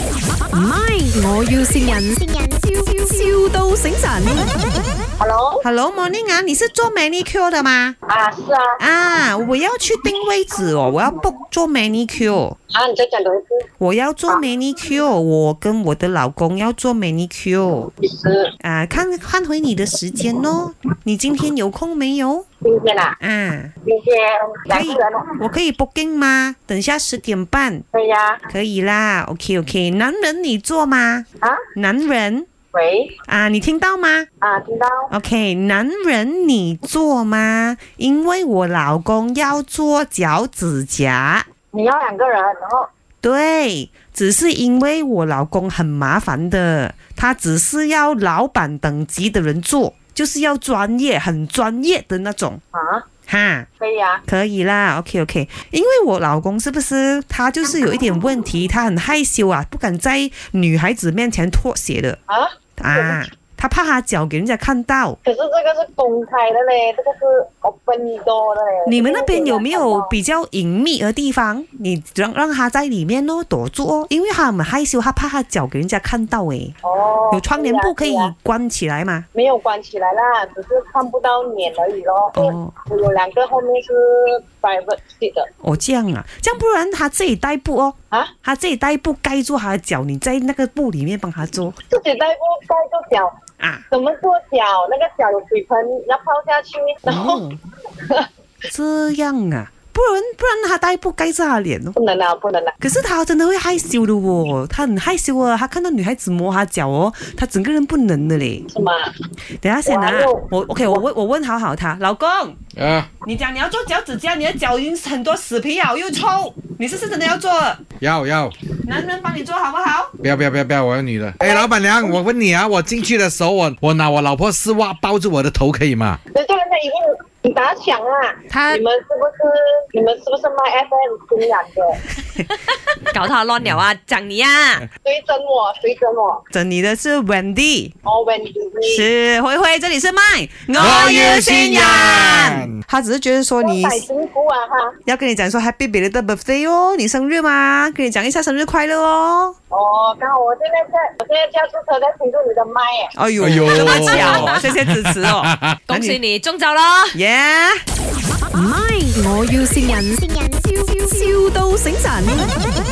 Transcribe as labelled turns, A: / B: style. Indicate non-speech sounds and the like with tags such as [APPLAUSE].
A: 唔係，我要善人，笑笑到醒神。
B: Hello，
C: Hello Morning 啊，你是做 manicure 的吗？
B: 啊，是啊，
C: 啊，我要去定位置哦，我要 book 做 manicure，
B: 啊，你再讲多一次，
C: 我要做 manicure，我跟我的老公要做 manicure
B: 其实
C: 啊，看看回你的时间哦，你今天有空没有？
B: 今天啊，
C: 啊，
B: 今天
C: 可
B: 两
C: 以
B: 个人啊，，
C: 我可以 booking 吗？等下十点半
B: 对呀，
C: 可以啦，OK OK，男人你做吗？
B: 啊，
C: 男人
B: 喂，
C: 啊，你听到吗？
B: 啊，听到
C: OK，男人你做吗？因为我老公要做脚趾甲，
B: 你要两个人，然后
C: 对，只是因为我老公很麻烦的，他只是要老板等级的人做，就是要专业、很专业的那种，
B: 啊，
C: 哈。
B: 可以啊，
C: 可以啦，OK OK，因为我老公是不是他就是有一点问题，他很害羞啊，不敢在女孩子面前脱鞋的
B: 啊，
C: 啊，他怕他脚给人家看到，
B: 可是这个是公开的嘞，这个是 open door 的嘞。
C: 你们那边有没有比较隐秘的地方？你让让他在里面哦，躲住哦，因为他很害羞，他怕他脚给人家看到诶。
B: 哦，
C: 有窗帘布可以
B: 对呀对呀
C: 关起来吗？
B: 没有关起来啦，只是看不到脸而已咯。
C: 哦，
B: 我有两个后面是 private seat 的
C: 哦这样啊，这样不然他自己带布哦，
B: 啊，
C: 他自己带布盖住他的脚，你在那个布里面帮他做
B: 自己在不盖住脚，
C: 啊。
B: 怎么做脚？那个脚有水盆要泡下去，然后、
C: 哦，这样啊，不然不然他带布盖住他的脸哦。
B: 不能啊，不能啊。
C: 可是他真的会害羞的哦，他很害羞啊，他看到女孩子摸他脚哦，他整个人不能的嘞。
B: 什么？
C: 等一下先啊
B: 哇又，
C: 我 OK，我问我问好好他，老公，
D: 啊，
C: 你讲你要做脚趾甲，你的脚已经很多死皮了，又臭，你是不是真的要做？
D: 要要，
C: 男人帮你做好不好？
D: 不要不要不要不要，我要女的。哎，老板娘，我问你啊，我进去的时候，我我拿我老婆丝袜包住我的头，可以吗？
B: 人家人家已经你打响啦。
C: 他
B: 你们是不是你们是不是卖 FM 新两个？
E: 搞他乱了啊，讲你啊，
B: 谁整我？谁整我？
C: 整你的是 Wendy，
B: 哦，问你
C: 是灰灰，这里是麦，
D: 我要新人。
C: 他只是觉得说你
B: 买金菇啊哈。
C: 要跟你讲说 Happy belated birthday 哦，你生日嘛，跟你讲一下生日快乐哦。
B: 哦，刚好我现在在，我现在驾车在听着你的麦啊耶。
C: 哎呦，
D: 哎呦
C: 这么巧、哦，谢谢支持
D: [LAUGHS]
C: 哦，
E: 恭喜你中招咯！
C: 耶
A: 唔係，我要善人，笑笑到醒神。